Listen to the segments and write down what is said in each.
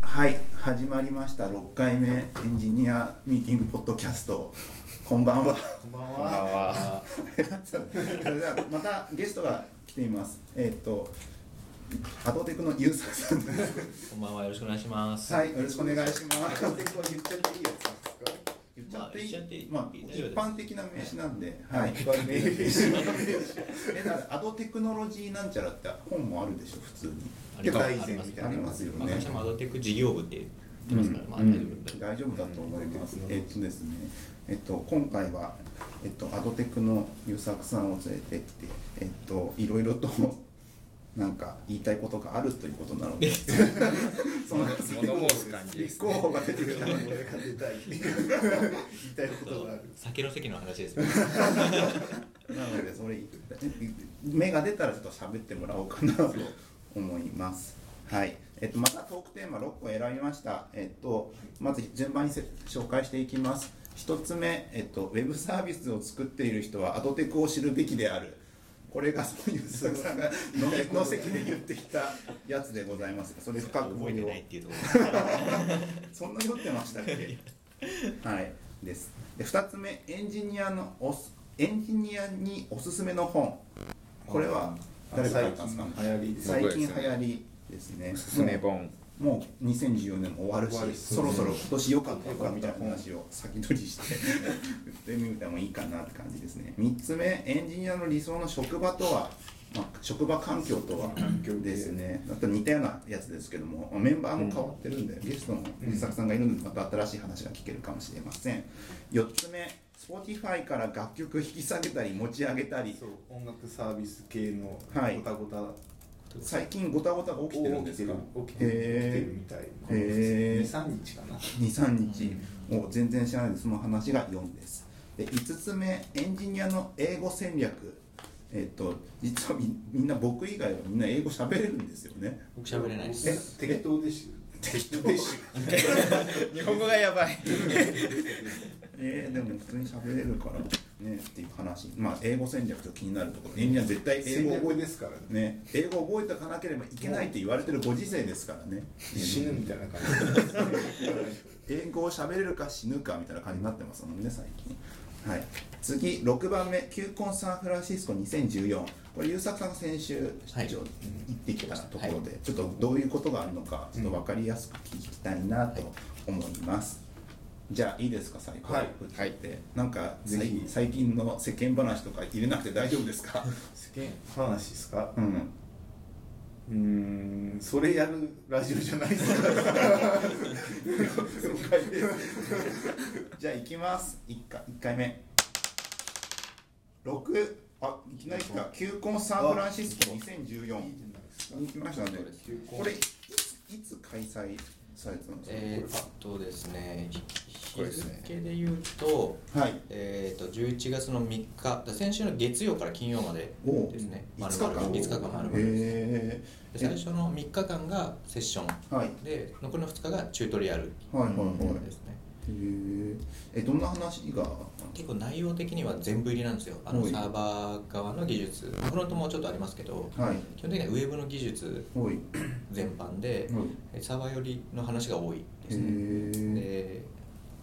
はい始まりました6回目エンジニアミーティングポッドキャストこんばんは こんばんこんばんは。は。それではまたゲストが来ていますえっ、とアドテクのユーサーさんですこんばんは。よろしくお願いします。はい、よろしくお願いします。言っちゃっていいやつ言っちゃっていまあ言っちゃっていいい。まあ、大一丈夫です般的な名詞なんで、はい。 え、だからアドテクノロジーなんちゃらって本もあるでしょ、普通に。あり結構ます大前みたいなのありますよまあ、ね。会社もアドテック事業部って言ってますから、まあ、うん大丈夫だ。大丈夫だと思います。うんえっとですね、えっと今回はえっとアドテクの優作さんを連れてってえっといろいろと なんか言いたいことがあるということなの で、その物申す感じです立候補が出てきたので俺が出たい。言いたいことがある。酒の席の話ですね。なのでそれ目が出たらちょっと喋ってもらおうかなと思います。はい。えっとまたトークテーマ6個選びました。えっとまず順番にせ紹介していきます。一つ目、えっとウェブサービスを作っている人はアドテクを知るべきである。これがそういう須田さんがのの席で言ってきたやつでございます。それ深く覚えてないっていうところ。 そんな酔ってましたっけはいですで2つ目エンジニアのおすエンジニアにおすすめの本これは誰が書いたんですか最近流行りです最近流行りですねおすすめ本もう2014年も終わるし終わりそろそろ今年良かったよかみたいな話を先取りして言ってみてもいいかなって感じですね3つ目エンジニアの理想の職場とは、まあ、職場環境とは環境系ですねあと似たようなやつですけどもメンバーも変わってるんで、ゲストの藤作さんがいるのでまた新しい話が聞けるかもしれません4つ目 Spotify から楽曲引き下げたり持ち上げたりそう、音楽サービス系のゴはいタゴタ最近ごたごたが起きてるんですか起きてる、起きてるへーみたい。へー二三日かな。 23日を全然知らないでその話が4ですで5つ目エンジニアの英語戦略えっと実はみみんな僕以外はみんな英語喋れるんですよね僕喋れないです。え、適当でし適当でし日本語がやばいえー、でも普通に喋れるからねっていう話まあ英語戦略と気になるところエンジニアは絶対ょ。英戦語を略覚えてですからね。ね、英語を覚えておかなければいけないって言われてるご時世ですからね死ぬみたいな感英語を喋れるか死ぬかみたいな感じになってますもんね最近はい次6番目「球根サンフランシスコ2014」これ優作さんが先週出はい張行ってきたところで、ちょっとどういうことがあるのかちょっと分かりやすく聞きたいなと思います、じゃあいいですか最後はい振っちゃってなんかさいぜひ最近の世間話とか入れなくて大丈夫ですか じ。世間話ですか。うんうーん、それやるラジオじゃないですか。じゃあ行きます。一回一回目。六あいきなり来た。球根サンフランシスコ2014。行きましたね。これいついつ開催されてたんえですー、っとですね、ひこれ日ですね付で言うと、か。はい。えー、っと11月の3日、だから先週の月曜から金曜までおですね。 5日丸間。々5日間丸々です。へで最え。初の3日間がセッションはい。で、残りの2日がチュートリアルはいはいはい。ですね。へえ。えどんな話が。結構内容的には全部入りなんですよあのはいサーバー側の技術フロントもちょっとありますけどはい。基本的にはウェブの技術おい。全般でおいサーバー寄りの話が多いでへすねえ。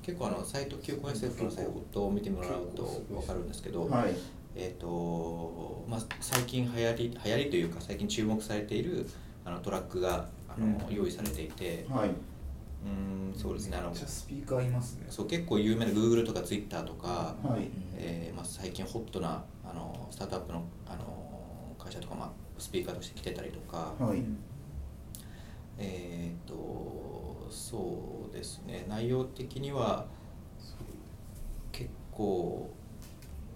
で結構あのサイト QCOSF のサイトを見てもらうと分かるんですけど、はい。えーとまあ、最近流行り流行りというか最近注目されているあのトラックがあの、うん用意されていてはい。うんそうですねあめのっちゃスピーカーいますね。そう結構有名な Google とか Twitter とか、はい。えーまあ、最近ホットなあのスタートアップのあの会社とか、まあ、スピーカーとして来てたりとか、はい。えーっとそうですね内容的には結構、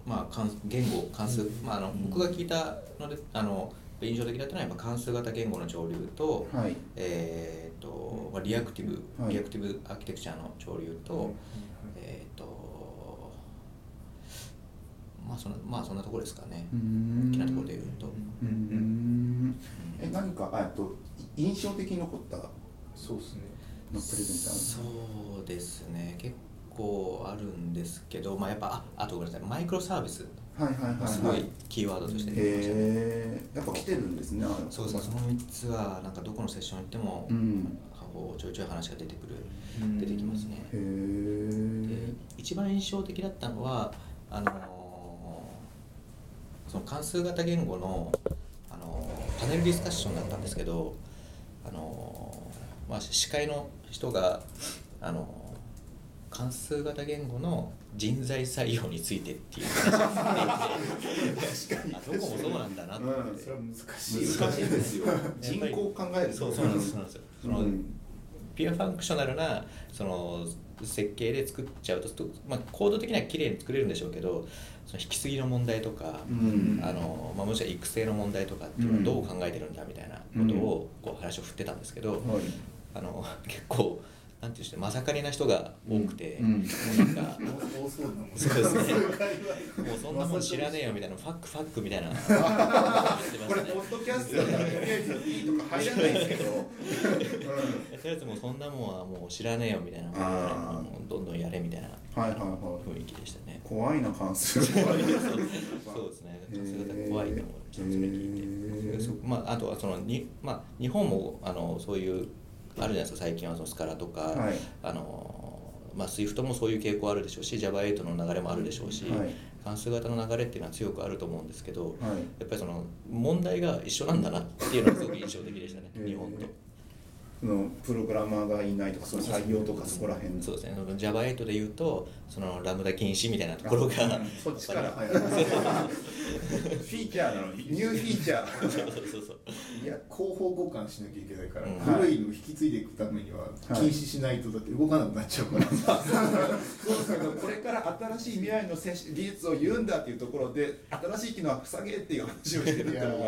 まあ、関言語関数、まあ、あの僕が聞いたのであの印象的だったのはやっぱ関数型言語の潮流と,、はい。えーっとまあ、リアクティブ、はいリアクティブアーキテクチャの潮流と。はいえっ、とまあそのまあそんなところですかねうーん大きなところで言うと、うーんえ何かあえっとい印象的に残ったのプそうですね。レゼントあるそうですね結構あるんですけどまあやっぱああとごめんなさいマイクロサービスはいはいはいはいすごいキーワードとして出てきましたね、へえやっぱ来てるんですねあれそうですねその3つはなんかどこのセッション行っても、うんほこうちょいちょい話が出てくるうん出てきますね。へえで一番印象的だったのはあのーその関数型言語の、あのーパネルディスカッションだったんですけど、あのーまあ、司会の人が、あのー関数型言語の人材採用についてっていう話確かにあどこもそうなんだなと思って、うんそれは難しい難しいですよぱり 人口を考えるそうそうなんですそうなんですよその、うんピュアファンクショナルなその設計で作っちゃうととまあ、コード的には綺麗に作れるんでしょうけどその引き継ぎの問題とか、うんあのまあ、もしくは育成の問題とかっていうのをどう考えてるんだみたいなことをこう話を振ってたんですけど、はいあの結構なんていうんですかまさかりな人が多くて、うんもうなんか。多そうだもん そうですね。もうそんなもん知らねえよみたいな、ファックファックみ たいな。言ってましたねこれポッドキャストだからとりあえず P とか入らないですけど、うとりあ えずもうそんなもんはもう知らねえよみたいなあ、どんどんやれみたいなんはいはいはい雰囲気でしたね怖いな関数 そうですねへーそれが怖いと思いましたそれ聞いへてーそまああとはそのに、まあ、日本もあのそういうあるじゃないですか最近はそのスカラとか、はいあのまあ、SWIFT もそういう傾向あるでしょうし Java8 の流れもあるでしょうし、はい関数型の流れっていうのは強くあると思うんですけど、はいやっぱりその問題が一緒なんだなっていうのがすごく印象的でしたねへー日本と。そのプログラマーがいないとかその採用とかそこら辺そうですね Java8 で言うとそのラムダ禁止みたいなところが そっちからやぱり入るフィーチャーなのにニューフィーチャーそうそうそういや広報互換しなきゃいけないから、うん古いのを引き継いでいくためには禁止しないとだって動かなくなっちゃうから、そうですけどこれから新しい未来のせ技術を言うんだっていうところで新しい機能は塞げっていう話をしてるっていうのが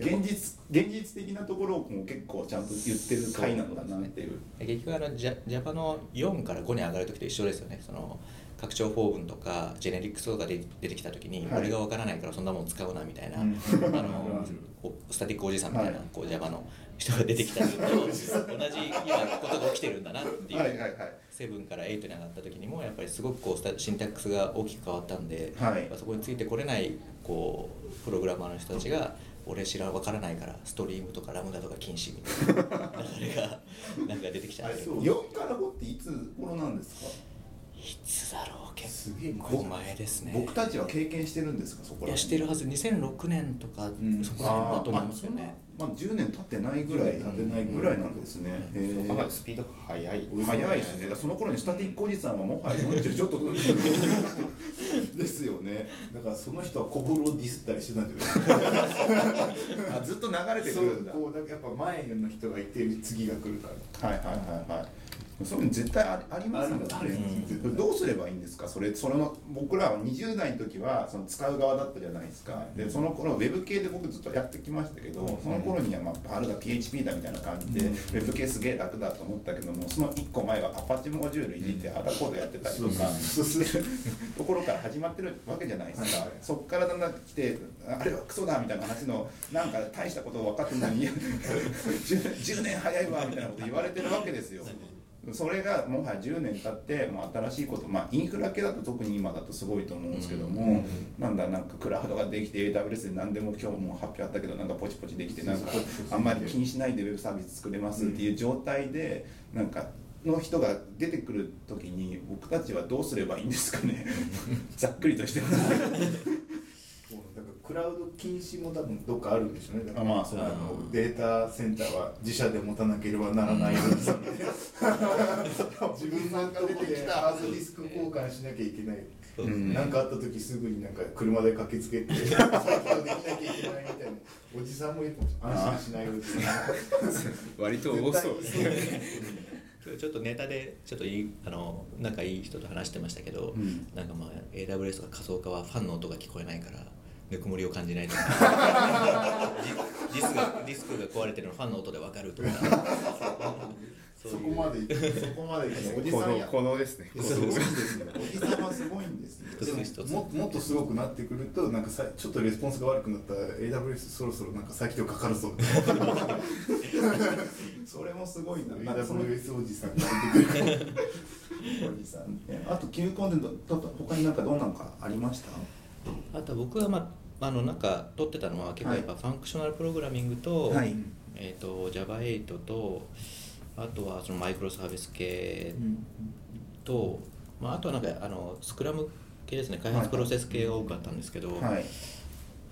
いや現実現実的なところをもう結構ちゃんと言ってる回なのだなっていう結局あのジャ Java の4から5に上がる時と一緒ですよねその拡張法文とかジェネリックスとかで出てきた時に、はい俺がわからないからそんなもん使うなみたいな、うんあ のおスタティックおじさんみたいな、はいこう Java の人が出てきたのと同じ今ことが起きてるんだなっていう、はいはいはい7から8に上がった時にもやっぱりすごくこうスタシンタックスが大きく変わったんで、はいそこについてこれないこうプログラマーの人たちが俺知らわからないからストリームとかラムダとか禁止みたいな流れがなんか出てきちゃあっれてそうい4から5っていつ頃なんですかつだろう結すげえ構前ですね僕たちは経験してるんですかそこいら辺やしてるはず2006年とか、んそこら辺あだーと思いますよねあそんなまあ10年経ってないぐらい経ってないぐらいなんですね、へー考えるとスピードが速い。早いですね。その頃にスタティックおじさんはもはや40ちょっと ですよね。だからその人は心をディスったりしてたんじゃないあずっと流れてくそるうんだ。こうなんかやっぱ前の人がいて次が来るからはいはいはいはい。そういうの絶対ありありますよねあるあるうんこれどうすればいいんですかそれその僕らは20代の時はその使う側だったじゃないですかでその頃ウェブ系で僕ずっとやってきましたけどその頃にはまあパールだ PHP だみたいな感じでウェブ系すげえ楽だと思ったけどもその1個前はアパッチモジュールいじってアダコードやってたりとかところから始まってるわけじゃないですか、はいそこからだんだん来てあれはクソだみたいな話のなんか大したこと分かってんのに 10, 10年早いわみたいなこと言われてるわけですよそれがもはや10年経ってもう新しいこと、まあ、インフラ系だと特に今だとすごいと思うんですけども、なんだなんかクラウドができて AWS で何でも今日も発表あったけどなんかポチポチできてなんかあんまり気にしないでウェブサービス作れますっていう状態でなんかの人が出てくる時に僕たちはどうすればいいんですかねざっくりとしてますもうだからクラウド禁止も多分どっかあるんでしょうねだからあまあそうあのデータセンターは自社で持たなければならないように自分なんか出てきたハードディスク交換しなきゃいけないそうですうんね、なんかあった時すぐになんか車で駆けつけ て再起動できなきゃいけないみたいなおじさんもいるかもしれない安心しないように割と多そう。今日ちょっとネタでちょっといいあの仲いい人と話してましたけど、うんなんかまあ AWS が仮想化はファンの音が聞こえないからぬくもりを感じないとか ディディスクがディスクが壊れてるのファンの音でわかるとかそこまでそこまでおおじじささんんややこのですね。すごいですねおじさんはすごいんですよ一つ一つももっとすごくなってくるとなんかさちょっとレスポンスが悪くなったら AWS そろそろなんか再起動かかるぞそれもすごいななんかその AWS おじさんが出てくるおじさんねあとキューコンテンツと他になんかどうなんかありました あと僕がまああのなんか取ってたのは結構やっぱファンクショナルプログラミングと、はいえっ、と Java8 とあとはそのマイクロサービス系うんと、まあ、あとはなんかあのスクラム系ですね開発プロセス系が多かったんですけど、はい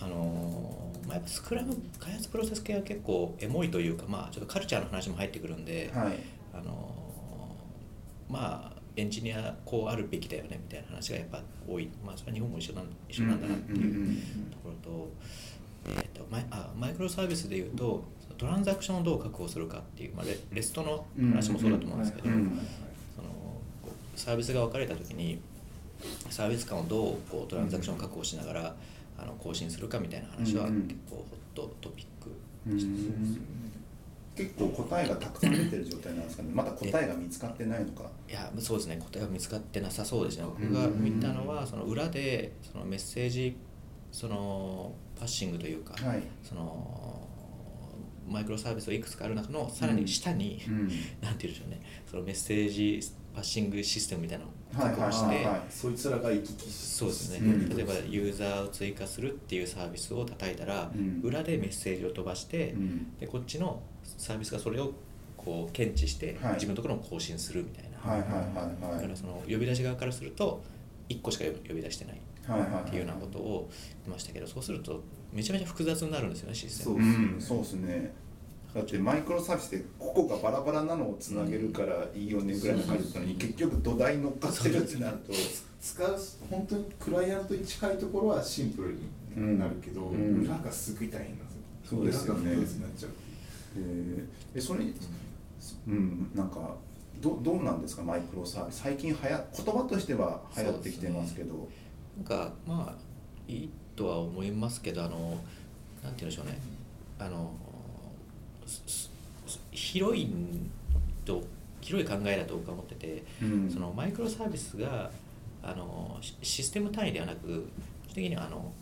あのーまあ、やっぱスクラム開発プロセス系は結構エモいというか、まあ、ちょっとカルチャーの話も入ってくるんで、はいあのーまあエンジニアこうあるべきだよねみたいな話がやっぱ多い、まあ、それは日本も一緒なん一緒なんだなっていう。うんうんうんうんところと,、えー、とマイあマイクロサービスでいうとトランザクションをどう確保するかっていう、まあ、レレストの話もそうだと思うんですけど、うんうんうんはいそのこうサービスが分かれた時にサービス間をどうこうトランザクションを確保しながら、あの更新するかみたいな話はうんうん結構ホットトピックうん結構答えがたくさん出てる状態なんですかねまだ答えが見つかってないのかいやそうですね答えは見つかってなさそうですね僕うがんうんうん見たのはその裏でそのメッセージそのパッシングというか、はいそのマイクロサービスをいくつかある中のさらに下に、うんなんて言うんでしょうねそのメッセージパッシングシステムみたいなのを確保して、はいはいはいそいつらが行き来しそうですね、うん例えばユーザーを追加するっていうサービスを叩いたら、うん裏でメッセージを飛ばして、うんでこっちのサービスがそれをこう検知して、はい自分のところも更新するみたいな、はいはいはいはだいからその呼び出し側からすると1個しか呼び出してないはいはいはいっていうようなことを言ってましたけどそうするとめちゃめちゃ複雑になるんですよねシステムそううんそうですねだってマイクロサービスでここがバラバラなのをつなげるからいいよねぐらいの感じだったのに結局土台乗っかってるってなると使う本当にクライアントに近いところはシンプルになるけど、うん裏がすごい大変なんですよそうですよね裏が複雑になっちゃうえーえそれうんなんかどどうなんですかマイクロサービス最近はや言葉としては流行ってきてますけどなんかまあいいとは思いますけどあのなんて言うんでしょうねあのすすす広いと広い考えだと僕は思ってて、うんそのマイクロサービスがあのシシステム単位ではなく基本的にはあの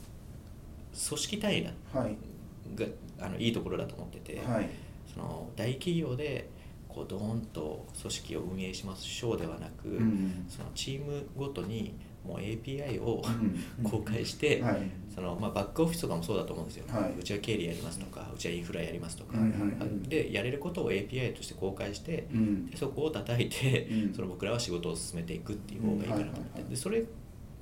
組織単位だはいがあのいいところだと思ってて、はいその大企業でこうドーンと組織を運営しましょうではなく、うんそのチームごとにもう API をうん公開して、はいそのまあ、バックオフィスとかもそうだと思うんですよ、はいうちは経理やりますとかうちはインフラやりますとか、はいはいはいでやれることを API として公開して、うんでそこを叩いて、うんその僕らは仕事を進めていくっていう方がいいかなと思っうて、んはいはいはいでそれ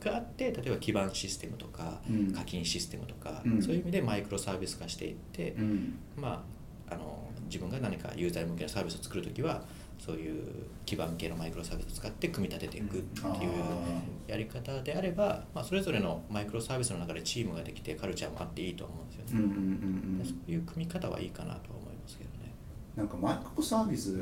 があって例えば基盤システムとか、うん課金システムとか、うんそういう意味でマイクロサービス化していって、うんまあ、あの自分が何かユーザー向けのサービスを作るときはそういう基盤系のマイクロサービスを使って組み立てていくっていうやり方であれば、まあ、それぞれのマイクロサービスの中でチームができてカルチャーもあっていいと思うんですうよんうんね、うんうんそういう組み方はいいかなとは思いますけどねなんかマイクロサービス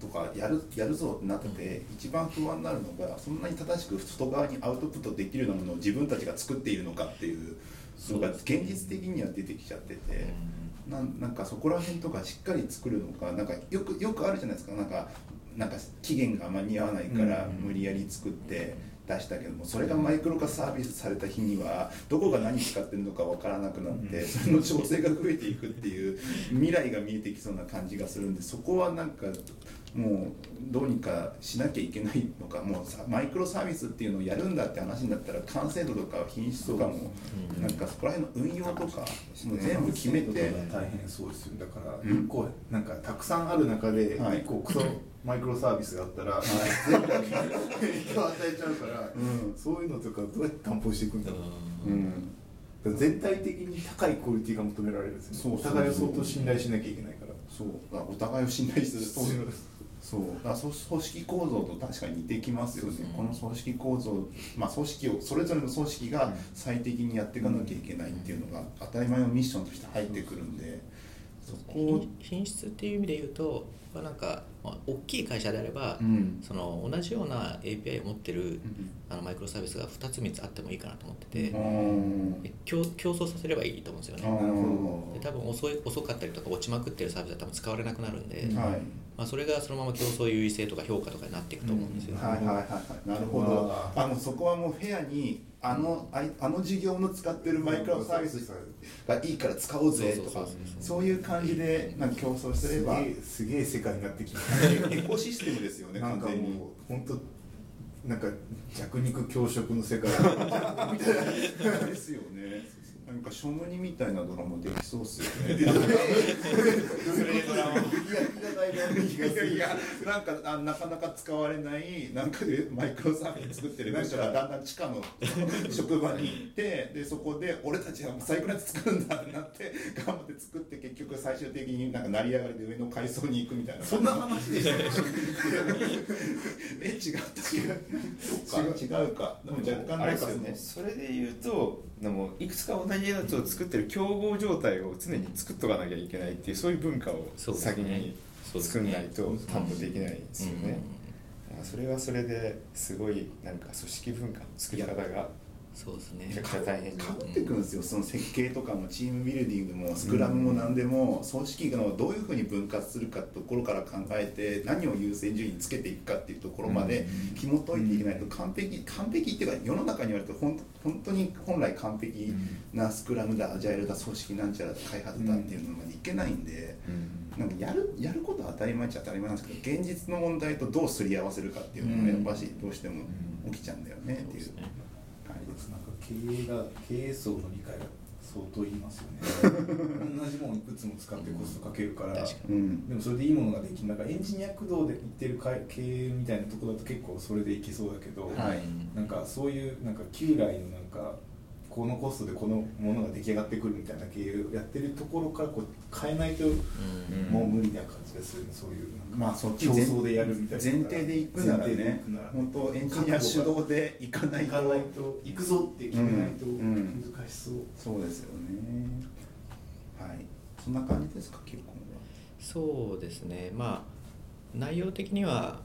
とかやるやるぞってなってて、一番不安になるのがそんなに正しく外側にアウトプットできるようなものを自分たちが作っているのかっていうのが現実的には出てきちゃってて。なんなんかそこら辺とかしっかり作るのかなんかよくよくあるじゃないですかなんかなんか期限が間に合わないからうん無理やり作って出したけどもそれがマイクロ化サービスされた日にはどこが何使ってるのかわからなくなってうんそれの調整が増えていくっていう未来が見えてきそうな感じがするんでそこはなんかもうどうにかしなきゃいけないのかもうさマイクロサービスっていうのをやるんだって話になったら完成度とか品質とかもうんなんかそこら辺の運用とかもう全部決めて。大変そうですよだからうん1個なんかたくさんある中ではい1個クソマイクロサービスがあったら全部に影響を与えちゃうからうんそういうのとかどうやって担保していくんだろううんだから全体的に高いクオリティが求められるんですよねそうおそう互いを相当信頼しなきゃいけないからそうあお互いを信頼するそうそうだからそ組織構造と確かに似てきますよねそうそうこの組織構造、まあ、組織をそれぞれの組織がん最適にやっていかなきゃいけないっていうのが当たり前のミッションとして入ってくるんでそこを品品質っていう意味で言うと、まあ、なんか、まあ、大きい会社であれば、うんその同じような API を持ってるんあのマイクロサービスが2つ3つあってもいいかなと思ってて、あーえ競競争させればいいと思うんですあよねーで多分遅い遅かったりとか落ちまくってるサービスは多分使われなくなるんで、はいまあ、それがそのまま競争優位性とか評価とかになっていくと思うんですよ、はいはいはいはいなるほうどわあのそこはもうフェアにあのあいあの事業の使ってるマイクロサービスがいいから使おうぜとそうかそうそうそういう感じでなんか競争すれすげばえすげえ世界になってきたエコシステムですよねなん完か全にもう本当なんか弱肉強食の世界ですよねなんかショムニみたいなドラマできそうっすよね。いやいやいや、なんかあなかなか使われないなんかでマイクロサービス作ってる人がだんだん地下の職場に行ってでそこで俺たちはサイクラス作るんだってなって頑張って作って結局最終的になんか成り上がりで上の階層に行くみたいな。そんな話でしたえ違った違う。違う違うか。でも若干あなれんですかよねね。それで言うとでもいくつか同じやつを作ってる競合状態を常に作っとかなきゃいけないっていうそういう文化をそうですね先にそうです作ねんないと担保できないですようんうんうねん。あそれはそれですごいなんか組織文化の作り方がそうですめちねゃくちゃ大変に変わってくんですよその設計とかもチームビルディングもスクラムも何でも組織のどういうふうに分割するかってところから考えて何を優先順位につけていくかっていうところまで紐解いていけないと完璧完璧っていうか世の中にあるとほん本当に本来完璧なスクラムだアジャイルだ組織なんちゃらだ開発だっていうのまでいけないんで。なんかやるやることは当たり前っちゃ当たり前なんですけど現実の問題とどうすり合わせるかっていうのがやっぱしどうしても起きちゃうんだよねっていう感じですねなんか経営が経営層の理解が相当いりますよね同じものをいくつも使ってコストかけるから確かうんでもそれでいいものができるなんかエンジニア駆動で行ってる会経営みたいなとこだと結構それでいけそうだけど、はいなんかそういうなんか旧来のなんかこのコストでこのものが出来上がってくるみたいな経営をやってるところからこう変えないとうんもう無理な感じがするね、そういうなんかまあそっち競争でやるみたいな前提で行くなら前提でね行くなら本当エンジニア主導で行かない行かないとと行くぞって決めないとうんうん難しそう、そうですよねはいそんな感じですか結婚そうですねまあ内容的には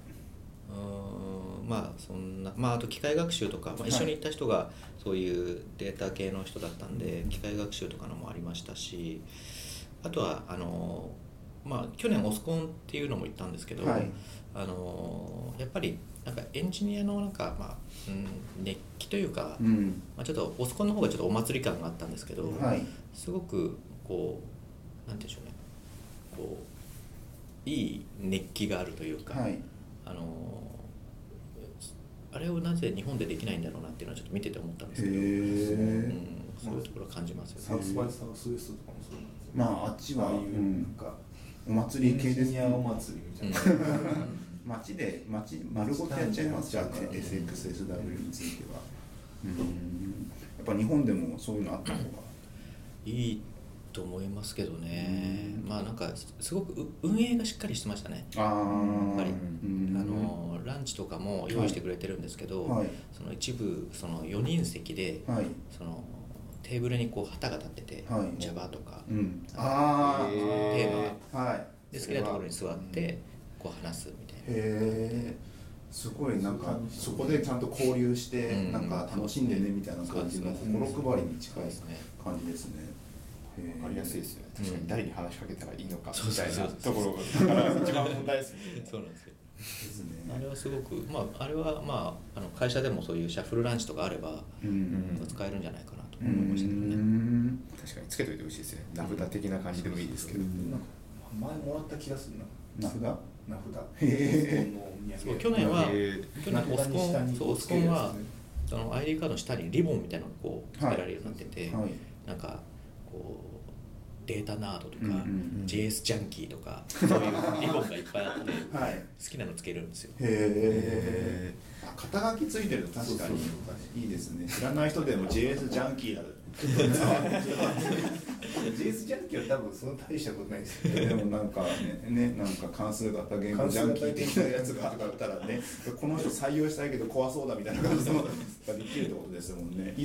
うーんまあそんなまああと機械学習とか、まはあ、い一緒に行った人がそういうデータ系の人だったんで、機械学習とかのもありましたしあとはあのまあ去年オスコンっていうのも行ったんですけど、ははいあのやっぱりなんかエンジニアのなんか、まあうん、熱気というか、うんまあ、ちょっとオスコンの方がちょっとお祭り感があったんですけど、はいすごくこうなんて言うんでしょうねこういい熱気があるというか、はいあのあれをなぜ日本でできないんだろうなっていうのはちょっと見てて思ったんですけど、へうーん、そういうところを感じますサよウね。スバイサウスウエストとかもそうなんですまよねああっちはああいううんなんか、お祭り系エンですジニアお祭りみたいな、うん街で街丸ごとやっちゃいますからねうん SXSW についてはうんやっぱ日本でもそういうのあった方がいいと思いますけどね、まあなんかすすごくう運営がしっかりしてましたね。あやっぱりああのランチとかも用意してくれてるんですけど、はいその一部その4人席で、はいそのテーブルにこう旗が立ってて、はいジャバとか、うんあへーテーマあはいで好きなところに座ってこう話すみたいな。へえすごいなんかそこでちゃんと交流してうんなんか楽しんでねみたいな感じの心配りに近いね。感じですねへえ分かりやすいですよね確かに誰に話しかけたらいいのかそうみそたういそうなところがだから一番問題ですよね そうなんですよ。ですあねれはすごくまああれはまああの会社でもそういうシャッフルランチとかあれば、うん使えるんじゃないかなとう思いましたけどね。ん確かにつけといてほしいですね名札的な感じでもいいですけどうんなんか前もらった気がするな名札名札へーオスコンのおそう去土産年はへ去年オスコ名札に下ンにそうオスコンはその ID カードの下にリボンみたいなのをこうつけられるようになってて、はいなんかこうデータナードとうか、んうんうん JS ジャンキーとかそういう リボンがいっぱいあって好はいへきなのつけるんですよ。え肩書きついてると確かにそうそういいですね知らない人でも JS ジャンキーだジェイスジャンキーは多分そんな大したことないですよねでもなんかねねなんか関数型言語ジャンキー的なやつがあったらねこの人採用したいけど怖そうだみたいな感じのができるってことですもんねいい